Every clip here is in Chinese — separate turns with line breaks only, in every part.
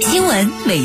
新闻每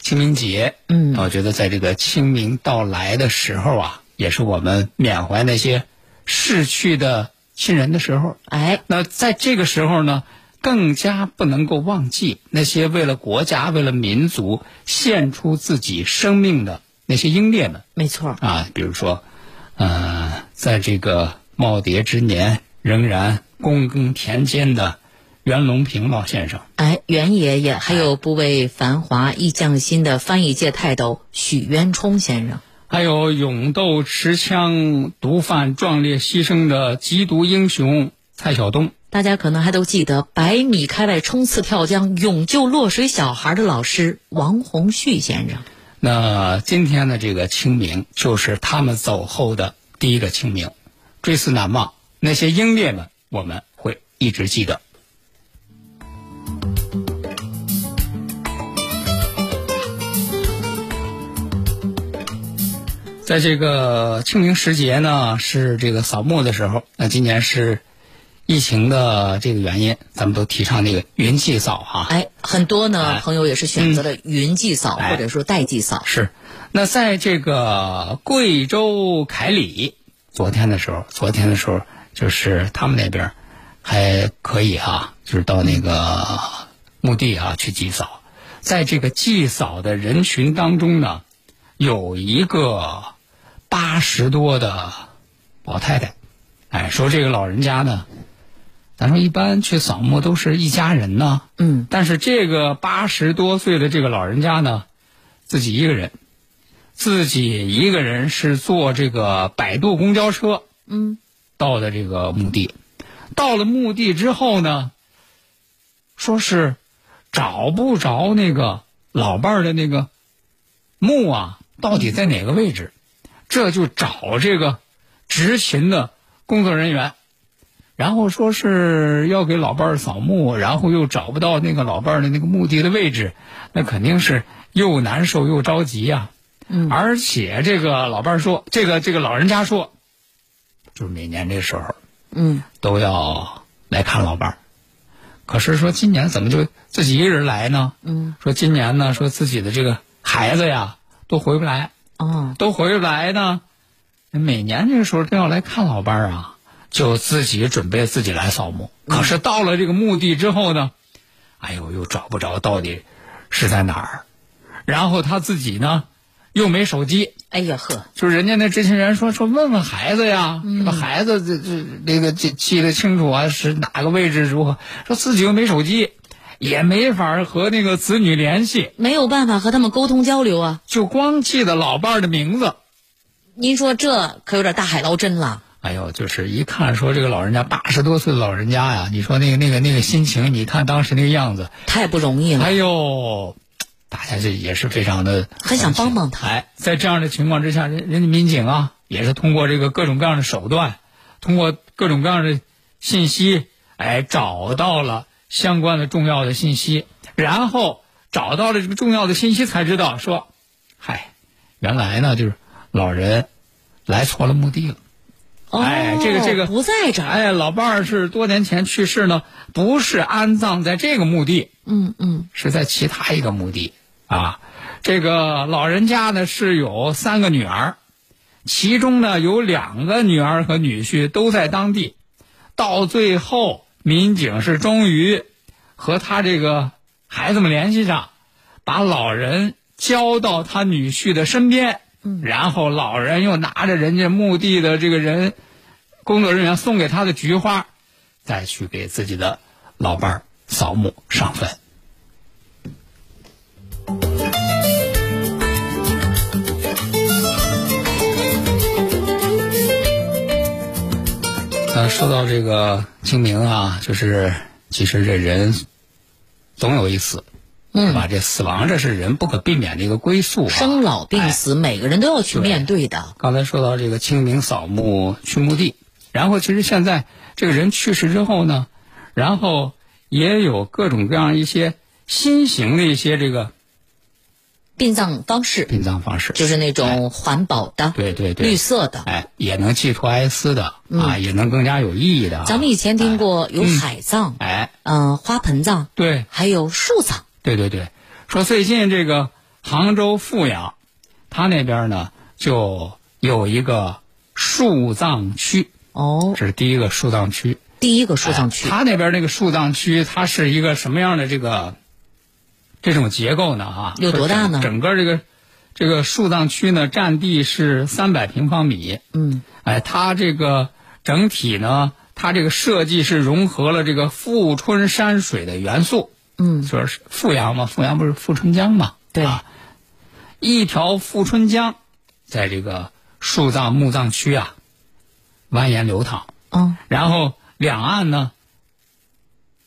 清明节，
嗯
我觉得在这个清明到来的时候啊，也是我们缅怀那些逝去的亲人的时候。
哎，
那在这个时候呢，更加不能够忘记那些为了国家、为了民族献出自己生命的那些英烈们
没错儿，
啊，比如说，呃，在这个耄耋之年仍然躬耕田间的袁隆平老先生。
哎，袁爷爷，还有不畏繁华亦匠心的翻译界泰斗许渊冲先生。
还有勇斗持枪、毒贩壮烈牺牲的缉毒英雄蔡晓东，
大家可能还都记得百米开外冲刺跳江勇救落水小孩的老师王洪旭先生。
那今天的这个清明，就是他们走后的第一个清明，追思难忘。那些英烈们，我们会一直记得。在这个清明时节呢，是这个扫墓的时候。那今年是疫情的这个原因，咱们都提倡这个云祭扫啊。
哎，嗯很多呢、
哎
朋友也是选择了云祭扫、
哎
或者说代祭扫。
是，那在这个贵州凯里，昨天的时候，昨天的时候就是他们那边儿还可以啊，就是到那个墓地啊去祭扫，在这个祭扫的人群当中呢，有一个八十多的老太太，哎，说这个老人家呢，咱说一般去扫墓都是一家人呢，
嗯，
但是这个八十多岁的这个老人家呢，自己一个人，自己一个人是坐这个摆渡公交车，
嗯，
到的这个墓地，到了墓地之后呢，说是找不着那个老伴儿的那个墓啊，到底在哪个位置？这就找这个执勤的工作人员，然后说是要给老伴儿扫墓，然后又找不到那个老伴儿的那个墓地的位置，那肯定是又难受又着急呀、
嗯
而且这个老伴儿说，这个这个老人家说，就是每年这时候
嗯，
都要来看老伴儿。可是说今年怎么就自己一个人来呢？
嗯，
说今年呢，说自己的这个孩子呀都回不来，
哦，
都回不来呢。每年这个时候都要来看老伴儿啊，就自己准备自己来扫墓。可是到了这个墓地之后呢，哎呦，又找不着到底是在哪儿。然后他自己呢，又没手机，
哎呀呵，
就是人家那执勤人说说问问孩子呀，什么孩子这这这个记记得清楚啊，是哪个位置如何？说自己又没手机，也没法儿和那个子女联系，
没有办法和他们沟通交流啊。
就光记得老伴儿的名字。
您说这可有点大海捞针了。
哎呦，就是一看说这个老人家八十多岁的老人家呀，你说那个那个那个心情，你看当时那个样子，
太不容易了。
哎呦，大家这也是非常的
很想帮帮他
哎，在这样的情况之下，人人家民警啊，也是通过这个各种各样的手段，通过各种各样的信息，哎，找到了相关的重要的信息，然后找到了这个重要的信息，才知道说，嗨，原来呢就是老人来错了墓地了。
哦，
哎这个这个
不在这儿。
哎，老伴儿是多年前去世呢，不是安葬在这个墓地，
嗯嗯，
是在其他一个墓地啊。这个老人家呢是有三个女儿，其中呢有两个女儿和女婿都在当地。到最后，民警是终于和他这个孩子们联系上，把老人交到他女婿的身边，然后老人又拿着人家墓地的这个人工作人员送给他的菊花，再去给自己的老伴儿扫墓上坟。呃，说到这个清明啊，就是其实这人总有一死，嗯，吧？这死亡这是人不可避免的一个归宿、啊。
生老病死，每个人都要去
对
面对的。
刚才说到这个清明扫墓去墓地，然后其实现在这个人去世之后呢，然后也有各种各样一些新型的一些这个
殡葬方式
殡葬方式，
就是那种环保的，
对对对
绿色嗯的。
哎，也能寄托哀思的、啊，也能更加有意义的、啊。
咱们以前听过有海葬，
哎，
嗯、花盆葬，
对
还有树葬。
对对对，说最近这个杭州富阳，他那边呢就有一个树葬区，
哦，
这是第一个树葬区。
第一个树葬区，
哎它那边那个树葬区，它是一个什么样的这个这种结构呢？啊，
有多大呢
整整个这个这个树葬区呢，占地是三百平方米。
嗯，
哎，它这个整体呢，它这个设计是融合了这个富春山水的元素。
嗯，
说是富阳嘛，富阳不是富春江嘛？
对
啊，一条富春江，在这个树葬墓葬区啊，蜿蜒流淌。
嗯，
然后两岸呢，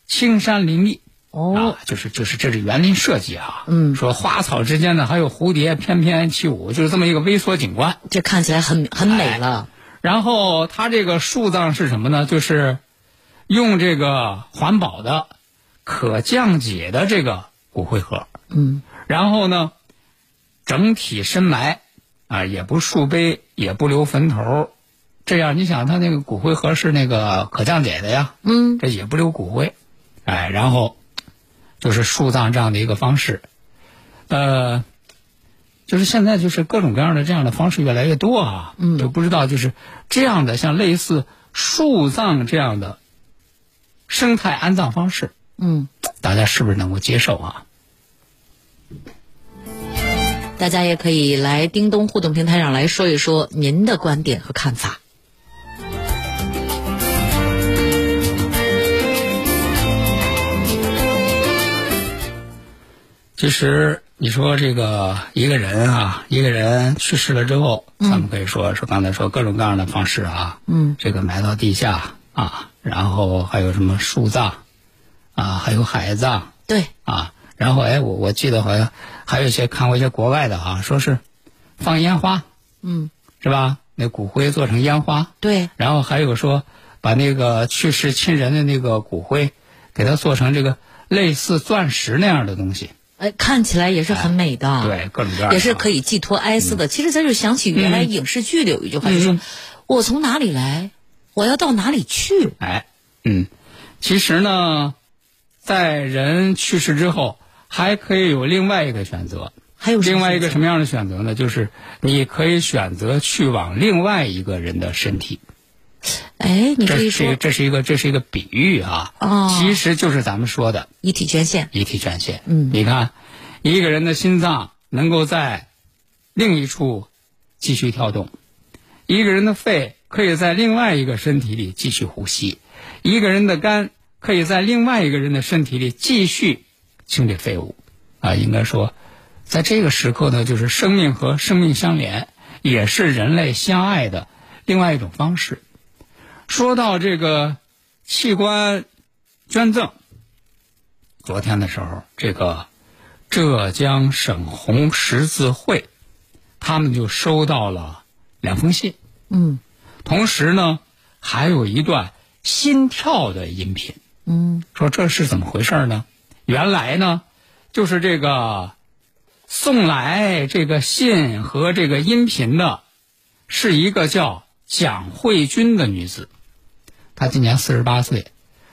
青山林立。
哦
啊，，就是就是这是园林设计啊，
嗯
说花草之间呢还有蝴蝶翩翩起舞，就是这么一个微缩景观。
这看起来很很美了。
然后它这个树葬是什么呢？就是用这个环保的、可降解的这个骨灰盒，
嗯，
然后呢，整体深埋，啊，也不竖碑，也不留坟头，这样你想，它那个骨灰盒是那个可降解的呀，
嗯，
这也不留骨灰，哎，然后就是树葬这样的一个方式，呃，就是现在就是各种各样的这样的方式越来越多啊，嗯，就不知道就是这样的像类似树葬这样的生态安葬方式，
嗯，
大家是不是能够接受啊？
大家也可以来叮咚互动平台上来说一说您的观点和看法。
其实你说这个一个人啊，一个人去世了之后，咱们可以说说刚才说各种各样的方式啊，
嗯，
这个埋到地下啊，然后还有什么树葬啊，还有海葬
对，
啊，然后哎，我我记得好像还有一些看过一些国外的啊，说是放烟花
嗯，
是吧？那骨灰做成烟花，
对，
然后还有说把那个去世亲人的那个骨灰，给它做成这个类似钻石那样的东西，
哎，看起来也是很美的。。
对，各种各样的啊
也是可以寄托哀思
嗯
的。其实咱就想起原来影视剧里有一句话，就说：“我从哪里来，我要到哪里去。
哎，嗯，其实呢，在人去世之后，还可以有另外一个选择。”
还有什么
另外一个
选择
什么样的选择呢？就是你可以选择去往另外一个人的身体。
哎，你可
这
以
是
说
这是一个这是一个比喻啊，
哦
其实就是咱们说的
遗体捐献，
遗体捐献。
嗯
你看，一个人的心脏能够在另一处继续跳动，一个人的肺可以在另外一个身体里继续呼吸，一个人的肝可以在另外一个人的身体里继续清理废物。啊，应该说，在这个时刻呢，就是生命和生命相连，也是人类相爱的另外一种方式。说到这个器官捐赠，昨天的时候，这个浙江省红十字会，他们就收到了两封信，
嗯
同时呢，还有一段心跳的音频。
嗯，
说这是怎么回事呢？原来呢，就是这个送来这个信和这个音频的，是一个叫蒋慧君的女子，她今年四十八岁，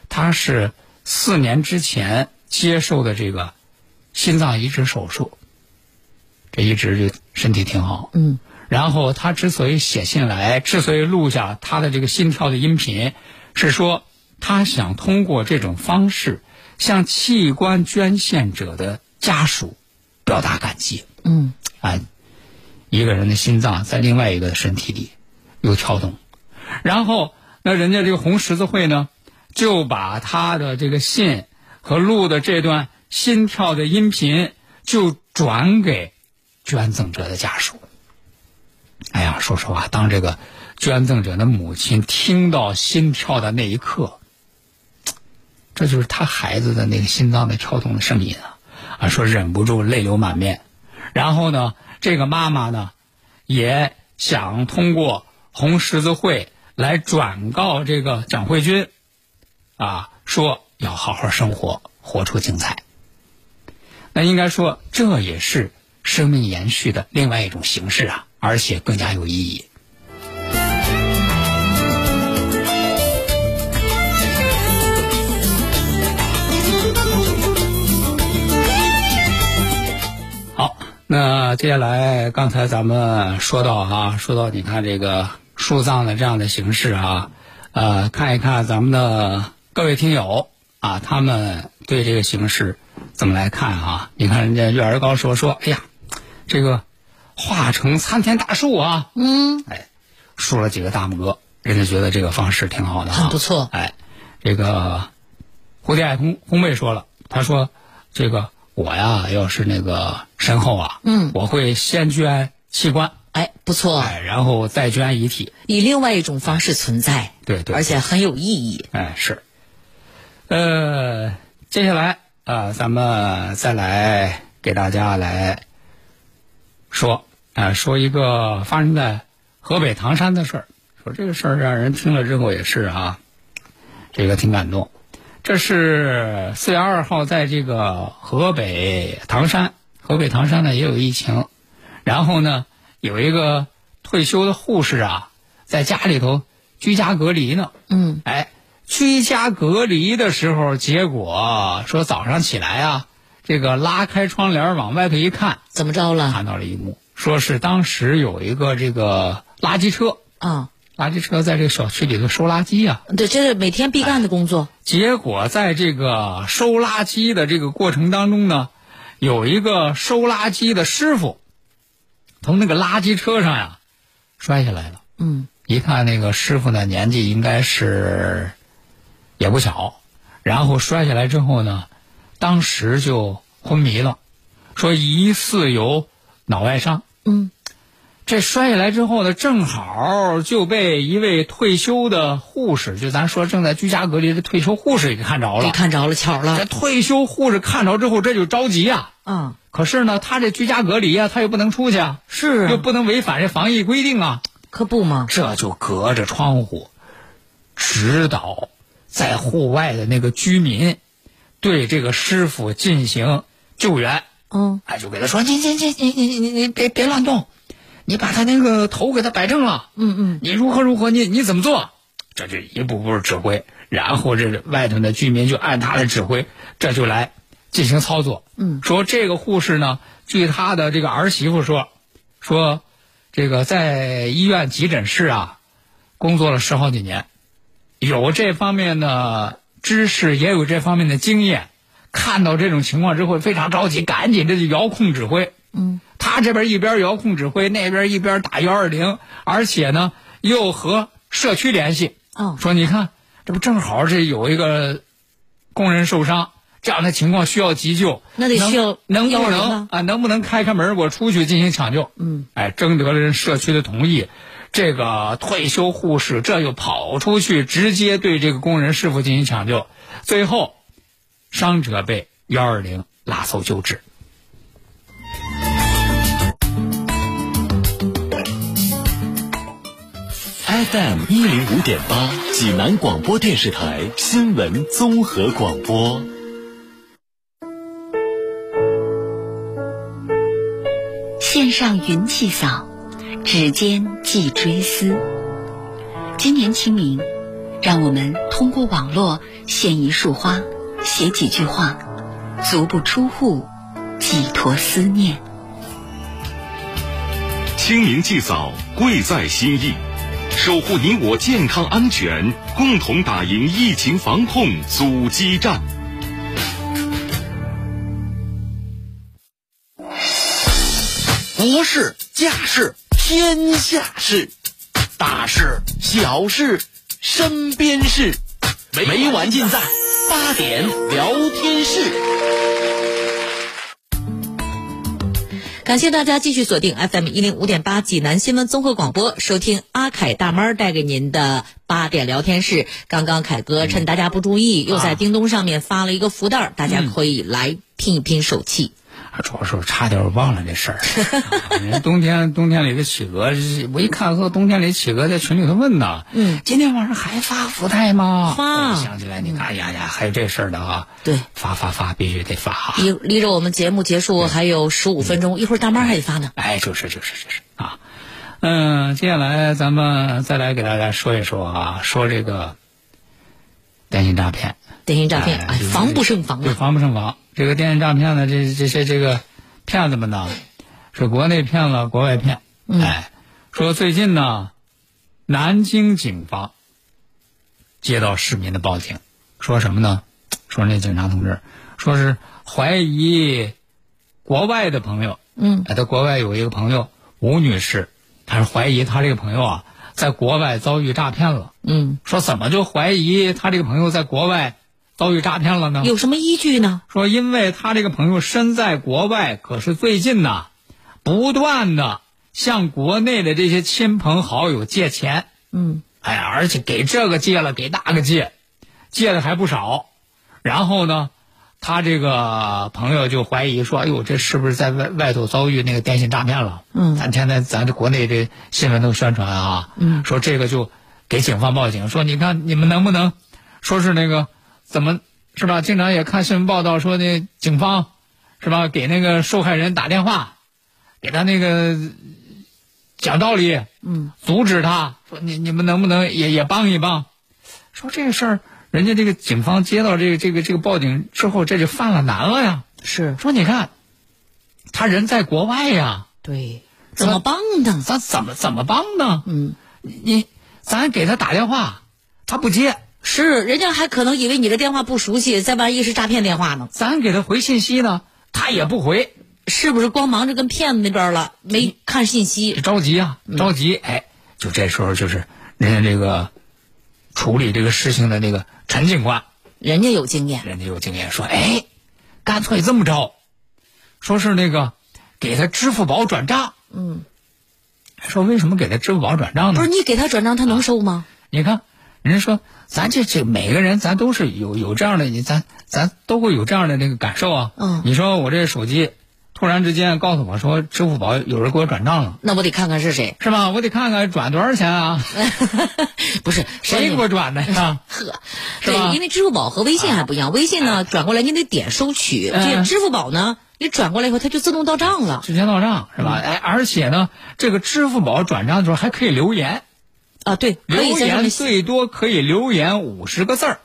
她是四年之前接受的这个心脏移植手术，这一直就身体挺好。
嗯，
然后她之所以写信来，之所以录下她的这个心跳的音频，是说她想通过这种方式向器官捐献者的家属表达感激。
嗯，
啊，一个人的心脏在另外一个身体里有跳动，然后那人家这个红十字会呢，就把他的这个信和录的这段心跳的音频就转给捐赠者的家属。哎呀，说实话，当这个捐赠者的母亲听到心跳的那一刻，这就是他孩子的那个心脏的跳动的声音啊，啊，说忍不住泪流满面。然后呢，这个妈妈呢，也想通过红十字会来转告这个蒋慧军，啊，说要好好生活，活出精彩。那应该说，这也是生命延续的另外一种形式啊，而且更加有意义。好，那接下来刚才咱们说到啊，说到你看这个树葬的这样的形式啊，呃，看一看咱们的各位听友啊，他们对这个形式怎么来看啊？你看人家月儿高说说，哎呀，这个化成参天大树啊，
嗯，
哎，竖了几个大拇哥，人家觉得这个方式挺好的、啊，
很不错
哎，这个蝴蝶爱烘烘焙说了，他说这个我呀，要是那个身后啊，
嗯
我会先捐器官，
哎，不错，
哎，然后再捐遗体，
以另外一种方式存在，
对对
而且很有意义。
哎，是。呃，接下来啊、咱们再来给大家来说啊、说一个发生在河北唐山的事儿。说这个事儿让人听了之后也是啊，这个挺感动。这是四月二号，在这个河北唐山，河北唐山呢也有疫情，然后呢有一个退休的护士啊，在家里头居家隔离呢。
嗯，
哎，居家隔离的时候，结果说早上起来啊，这个拉开窗帘往外头一看，
怎么着了？
看到了一幕，说是当时有一个这个垃圾车，
啊，
垃圾车在这个小区里头收垃圾啊，
对，这是每天必干的工作。
结果在这个收垃圾的这个过程当中呢，有一个收垃圾的师傅从那个垃圾车上呀、摔下来了。
嗯，
一看那个师傅呢，年纪应该是也不小，然后摔下来之后呢，当时就昏迷了，说疑似有脑外伤。
嗯，
这摔下来之后呢，正好就被一位退休的护士，就咱说正在居家隔离的退休护士给看着
给
哎了。
看着了，巧
这
了。
退休护士看着之后，这就着急呀、
啊，
可是呢，他这居家隔离呀、他又不能出去啊，
是
又
啊，
不能违反这防疫规定啊。
可不嘛。
这就隔着窗户指导在户外的那个居民对这个师傅进行救援。
嗯，
哎，就给他说：“你你你你你你你别别乱动，你把他那个头给他摆正了。
嗯嗯，
你如何如何，你你怎么做？”这就一步步指挥，然后这外头的居民就按他的指挥，这就来进行操作。
嗯，
说这个护士呢，据他的这个儿媳妇说，说这个在医院急诊室啊，工作了十好几年，有这方面的知识，也有这方面的经验。看到这种情况之后，非常着急，赶紧这就遥控指挥。嗯，他这边一边遥控指挥，那边一边打幺二零，而且呢又和社区联系。
哦
说你看，这不正好这有一个工人受伤，这样的情况需要急救，
那得
能
需要
能不
120
能
吗
啊？能不能开开门，我出去进行抢救？嗯，哎，征得了人社区的同意，这个退休护士这又跑出去，直接对这个工人师傅进行抢救，最后伤者被幺二零拉走救治。
FM 一零五点八，济南广播电视台新闻综合广播。
线上云气扫，指尖即追思。今年清明，让我们通过网络献一束花，写几句话，足不出户，寄托思念。
清明祭扫，贵在心意，守护你我健康安全，共同打赢疫情防控阻击战。
国事、家事、天下事，大事、小事、身边事，每晚尽在八点聊天室。
感谢大家继续锁定 FM 一零五点八济南新闻综合广播，收听阿凯大妈儿带给您的八点聊天室。刚刚凯哥趁大家不注意，又在叮咚上面发了一个福袋儿，大家可以来拼一拼手气。
啊主要是我差点忘了这 事儿。啊人家冬天冬天里的企鹅，我一看和冬天里企鹅在群里头问呢，
嗯，
今天晚上还发福袋吗？
发
我想起来，你看，哎呀呀，还有这事儿的啊，
对嗯
发发发，必须得发啊！
离离着我们节目结束还有十五分钟，一会儿大妈儿还得发呢。
哎，就是就是就是啊，嗯，接下来咱们再来给大家说一说啊，说这个电信诈骗，
电信诈骗，哎，
就是
防不胜防
对，
啊！
防不胜防。这个电信诈骗呢，这这些这个骗子们呢，是国内骗了，国外骗。
嗯
哎，说最近呢，南京警方接到市民的报警，说什么呢？说那警察同志，说是怀疑国外的朋友，
嗯，
哎，他国外有一个朋友吴女士，她是怀疑她这个朋友啊，在国外遭遇诈骗了。
嗯，
说怎么就怀疑他这个朋友在国外遭遇诈骗了呢？
有什么依据呢？
说因为他这个朋友身在国外，可是最近呢，不断的向国内的这些亲朋好友借钱，
嗯，
哎，而且给这个借了，给那个借，借的还不少。然后呢，他这个朋友就怀疑说：“哎呦，这是不是在外外头遭遇那个电信诈骗了？”
嗯
咱现在咱这国内这新闻都宣传啊，
嗯
说这个就给警方报警，说你看你们能不能说是那个怎么是吧？经常也看新闻报道说那警方是吧给那个受害人打电话，给他那个讲道理，
嗯，
阻止他说你你们能不能也也帮一帮？说这个事儿，人家这个警方接到这个这个这个报警之后，这就犯了难了呀。
是
说你看，他人在国外呀，
对，怎么帮呢？
咱怎么怎么帮呢？
嗯，
你咱给他打电话，他不接；
是，人家还可能以为你的电话不熟悉，再万一是诈骗电话呢？
咱给他回信息呢，他也不回。
是不是光忙着跟骗子那边了，没看信息？
着急啊，
嗯
着急！哎，就这时候就是人家这个处理这个事情的那个陈警官，
人家有经验，
人家有经验说，哎，干脆这么着，说是那个给他支付宝转账。
嗯，
说为什么给他支付宝转账呢？
不是你给他转账，他能收吗？
你看，人家说咱这这每个人咱都是有有这样的，你咱咱都会有这样的这个感受啊。
嗯
你说我这手机突然之间告诉我说支付宝有人给我转账了，
那我得看看是谁。
是吧？我得看看转多少钱啊？
不是
谁给我？转的呀？
呵，
是吧
对，因为支付宝和微信还不一样，微信呢转过来你得点收取，
嗯
这支付宝呢你转过来以后它就自动到账了
之前到账是
嗯
吧？哎，而且呢，这个支付宝转账的时候还可以留言，
啊，对，可以
留
在上
言
面
最多可以留言五十个字儿，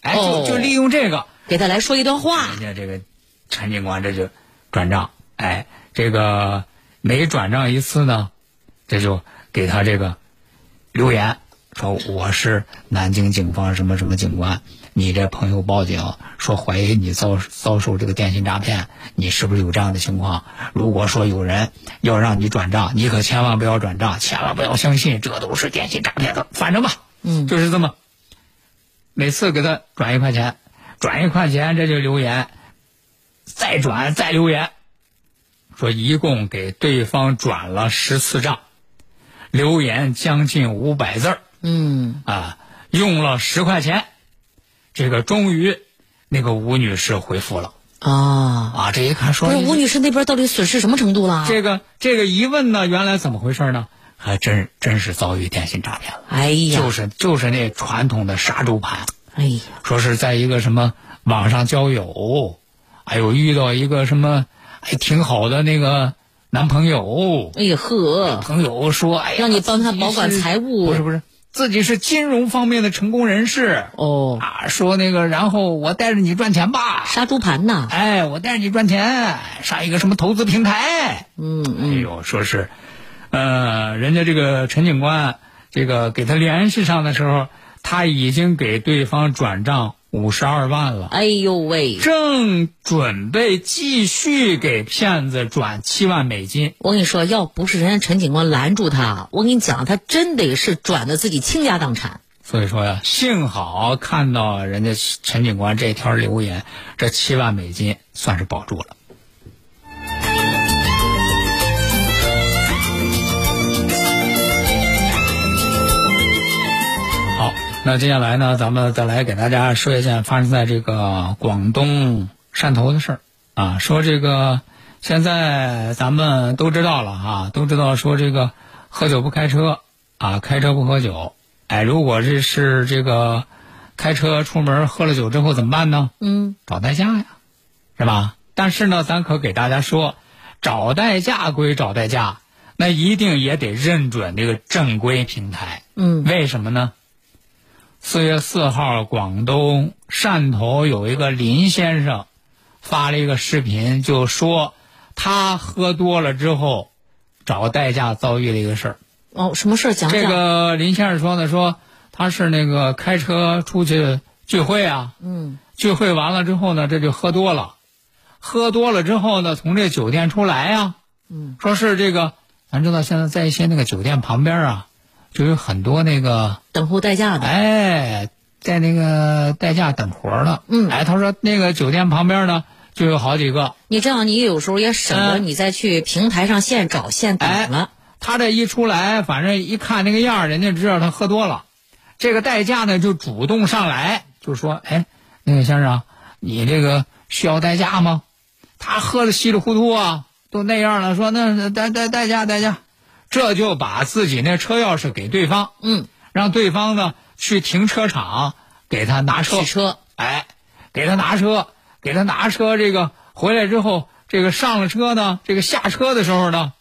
哎，就
哦
就利用这个，
给他来说一段话
人，家这个陈警官这就转账，哎，这个每转账一次呢，这就给他这个留言说我是南京警方什么什么警官，你这朋友报警说怀疑你遭遭受这个电信诈骗，你是不是有这样的情况？如果说有人要让你转账，你可千万不要转账，千万不要相信，这都是电信诈骗的，反正吧，
嗯
就是这么。每次给他转一块钱，转一块钱，这就留言，再转再留言，说一共给对方转了十次账，留言将近五百字儿
嗯，
啊，用了十块钱，这个终于那个吴女士回复了
啊，
啊，这一看说
不是吴女士那边到底损失什么程度了？
这个这个一问呢，原来怎么回事呢？还真真是遭遇电信诈骗了，
哎呀，
就是就是那传统的杀猪盘。
哎呀，
说是在一个什么网上交友，哎呦遇到一个什么还挺好的那个男朋友，
哎呀呵，
朋友说哎呀，
让你帮他保管
自己是
财务
不是不是，自己是金融方面的成功人士
哦，
啊，说那个然后我带着你赚钱吧，
杀猪盘呐，
哎，我带着你赚钱，上一个什么投资平台，
嗯
哎
嗯，
呦，说是，呃，人家这个陈警官，这个给他联系上的时候，他已经给对方转账五十二万了。
哎呦喂！
正准备继续给骗子转七万美金，
我跟你说，要不是人家陈警官拦住他，我跟你讲，他真得是转的自己倾家荡产。
所以说呀，幸好看到人家陈警官这条留言，这七万美金算是保住了。好，那接下来呢，咱们再来给大家说一件发生在这个广东汕头的事儿啊。说这个现在咱们都知道了啊，都知道说这个喝酒不开车啊，开车不喝酒。哎，如果这是这个开车出门喝了酒之后怎么办呢？
嗯，
找代驾呀，是吧？但是呢，咱可给大家说，找代驾归找代驾，那一定也得认准这个正规平台。
嗯
为什么呢？四月四号，广东汕头有一个林先生发了一个视频，就说他喝多了之后找代驾遭遇了一个事儿。
哦，什么事儿讲讲？
这个林先生说呢，说他是那个开车出去聚会啊，
嗯
聚会完了之后呢，这就喝多了，喝多了之后呢，从这酒店出来呀、
嗯，
说是这个，咱知道现在在一些那个酒店旁边啊，就有很多那个
等候代驾的。
哎，在那个代驾等活儿了。
嗯
哎，他说那个酒店旁边呢，就有好几个。
你这样，你有时候也省得
嗯
你再去平台上现找现
哎
等了。
他这一出来，反正一看那个样儿，人家知道他喝多了。这个代驾呢，就主动上来就说：“哎，那个先生啊，你这个需要代驾吗？”他喝的稀里糊涂啊，都那样了，说那那代代代驾代驾，这就把自己那车钥匙给对方，
嗯，
让对方呢去停车场给他拿车
取车，
哎，给他拿车，给他拿车，这个回来之后，这个上了车呢，这个下车的时候呢，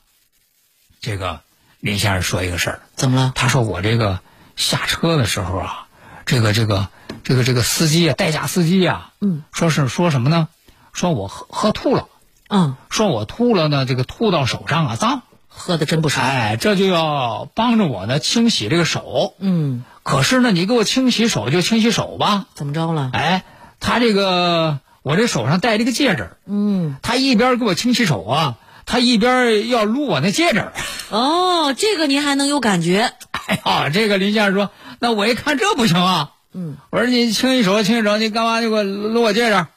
这个林先生说一个事儿，
怎么了？
他说我这个下车的时候啊，这个这个这个这个司机啊，代驾司机啊，
嗯，
说是说什么呢？说我喝喝吐了，
嗯，
说我吐了呢，这个吐到手上啊脏，
喝的真不少。
哎，这就要帮着我呢清洗这个手，
嗯，
可是呢，你给我清洗手就清洗手吧，
怎么着了？
哎，他这个我这手上戴了个戒指，
嗯，
他一边给我清洗手啊，他一边要撸我那戒指。
哦，这个您还能有感觉？
哎呀，这个林先生说，那我一看这不行啊，
嗯，
我说你清洗手，清洗手，你干嘛就给我撸我戒指？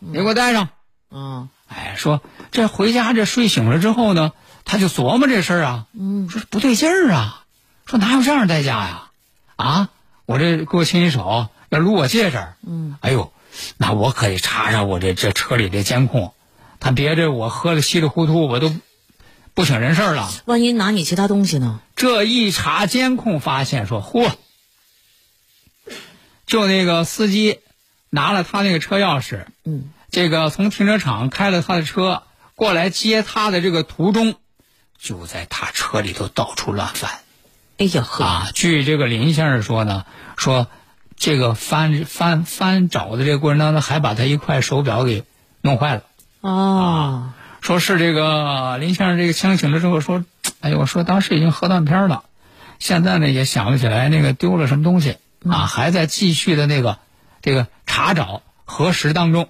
你给我戴上。
嗯
哎，说这回家这睡醒了之后呢，他就琢磨这事儿啊，
嗯，
说不对劲儿啊，说哪有这样代驾呀？啊，我这给我亲一手，要撸我戒指。嗯，哎呦，那我可得查查我这这车里这监控，他别这我喝的稀里糊涂，我都不省人事儿了。
万一拿你其他东西呢？
这一查监控，发现说，嚯，就那个司机拿了他那个车钥匙，
嗯，
这个从停车场开了他的车过来接他的这个途中，就在他车里头到处乱翻。
哎呀呵，
啊，据这个林先生说呢，说这个翻翻翻找的这个过程当中，还把他一块手表给弄坏了。
哦，
说是这个林先生这个清醒了之后说，哎呦，我说当时已经喝断片了，现在呢也想不起来那个丢了什么东西啊，还在继续的那个这个查找核实当中。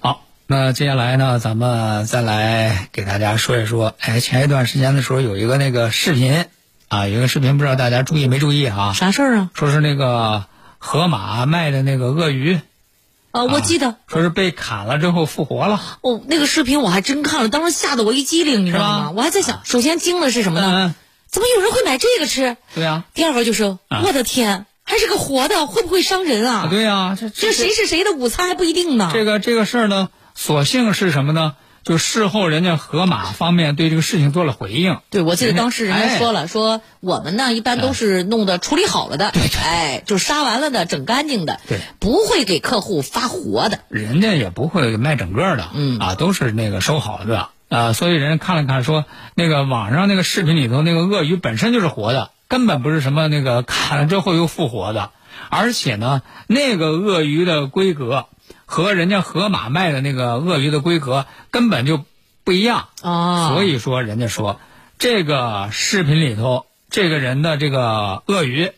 好，那接下来呢，咱们再来给大家说一说，哎，前一段时间的时候有一个那个视频啊，有一个视频，不知道大家注意没注意啊？
啥事儿啊？
说是那个河马卖的那个鳄鱼，
啊，我记得，
说是被砍了之后复活了。
哦，那个视频我还真看了，当时吓得我一激灵，你知道
是吧啊
吗？我还在想，首先惊的是什么呢？
嗯，
怎么有人会买这个吃？
对呀、
第二个就是，
啊
我的天，还是个活的，会不会伤人
啊，
啊？
对呀、这
这谁是谁的午餐还不一定呢。
这个这个事儿呢，所幸是什么呢？就事后人家河马方面对这个事情做了回应。
对，我记得
人家
当时人家
哎嗯
说了，说我们呢一般都是弄的处理好了的，哎，就杀完了的，整干净的，
对
不会给客户发活的。
人家也不会卖整个的，
嗯
啊，都是那个收好的啊、所以人家看了看说，那个网上那个视频里头那个鳄鱼本身就是活的，根本不是什么那个砍了之后又复活的，而且呢，那个鳄鱼的规格和人家河马卖的那个鳄鱼的规格根本就不一样，
哦，
所以说人家说这个视频里头这个人的这个鳄鱼，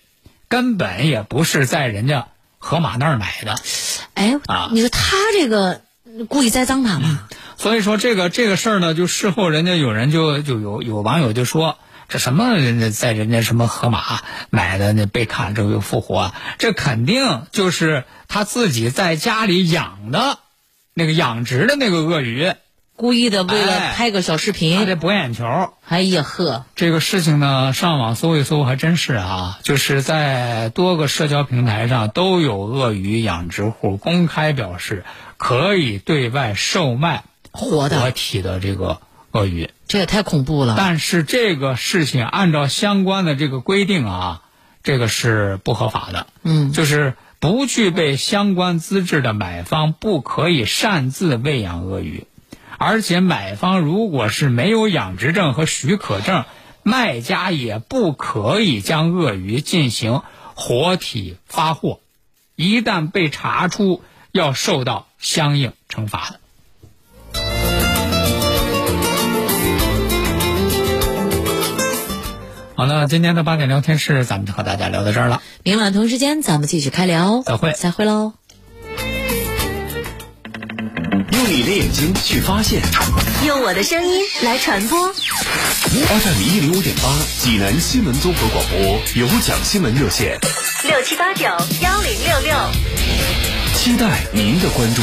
根本也不是在人家河马那儿买的，
哎，
啊嗯
你说他这个故意栽赃他吗？
所以说这个这个事儿呢，就事后人家有人就就有有网友就说。这什么人家在人家什么河马买的那被砍之后又复活，啊这肯定就是他自己在家里养的，那个养殖的那个鳄鱼，
故意的为了
哎
拍个小视
他
频，
这博眼球，
哎呀呵，
这个事情呢，上网搜一搜还真是啊，就是在多个社交平台上都有鳄鱼养殖户公开表示可以对外售卖
活的
活体的这个鳄鱼，
这也太恐怖了。
但是这个事情按照相关的这个规定啊，这个是不合法的，
嗯，
就是不具备相关资质的买方不可以擅自喂养鳄鱼，而且买方如果是没有养殖证和许可证，卖家也不可以将鳄鱼进行活体发货，一旦被查出，要受到相应惩罚的。好了，今天的八点聊天室咱们就和大家聊到这儿了。
明晚同时间咱们继续开聊，哦
再会
再会喽。
用你的眼睛去发现。
用我的声音来传播。
FM 一零五点八，济南新闻综合广播有奖新闻热线，
六七八九幺零六六。
期待您的关注。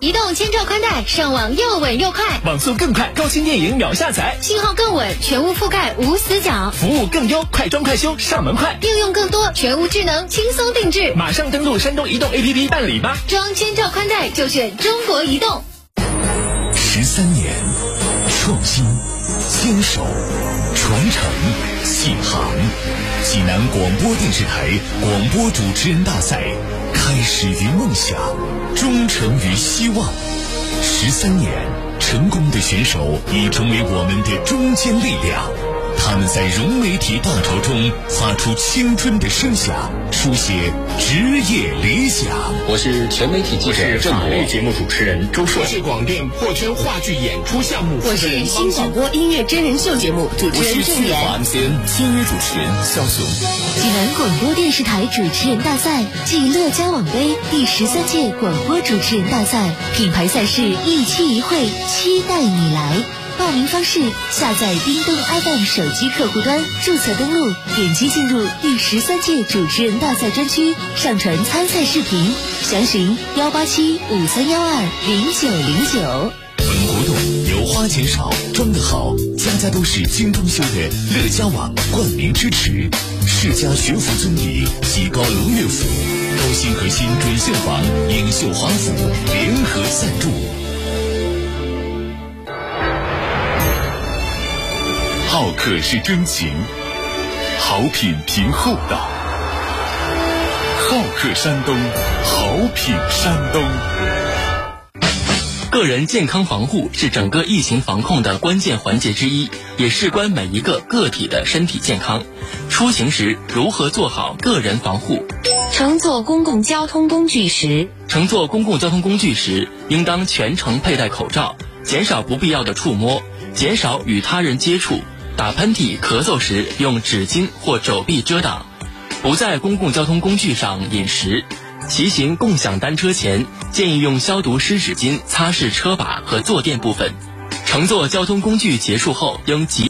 移动千兆宽带上网又稳又快，
网速更快，高清电影秒下载，
信号更稳，全屋覆盖无死角，
服务更优，快装快修，上门快！
应用更多，全屋智能轻松定制。
马上登录山东移动 APP 办理吧。
装千兆宽带就选中国移动。
十三年，创新，坚守，传承，启航。济南广播电视台广播主持人大赛开始于梦想，忠诚于希望。十三年，成功的选手已成为我们的中坚力量。他们在融媒体大潮中发出青春的声响，书写职业理想。
我是全媒体记者郑博。
节目主持人周硕，
是广电破圈话剧演出项目负责人方
广播音乐真人秀节目主
我是新华 MCN 签约主持人肖雄。
济南广播电视台主持人大赛暨乐家网杯第十三届广播主持人大赛品牌赛事一期一会，期待你来。报名方式：下载叮咚 FM 手机客户端，注册登录，点击进入第十三届主持人大赛专区，上传参赛视频，详询幺八七五三幺二零九零九。
本活动由花钱少装得好，家家都是精装修的乐家网冠名支持，世家学府尊礼，喜高龙乐府，高新核心准秀坊、影秀华府联合赞助。好客是真情，好品凭厚道。好客山东，好品山东。
个人健康防护是整个疫情防控的关键环节之一，也事关每一个个体的身体健康。出行时如何做好个人防护？
乘坐公共交通工具时，
乘坐公共交通工具时，应当全程佩戴口罩，减少不必要的触摸，减少与他人接触。打喷嚏、咳嗽时，用纸巾或肘臂遮挡。不在公共交通工具上饮食，
骑行共享单车前，建议用消毒湿纸巾擦拭车把和坐垫部分。乘坐交通工具结束后，应及。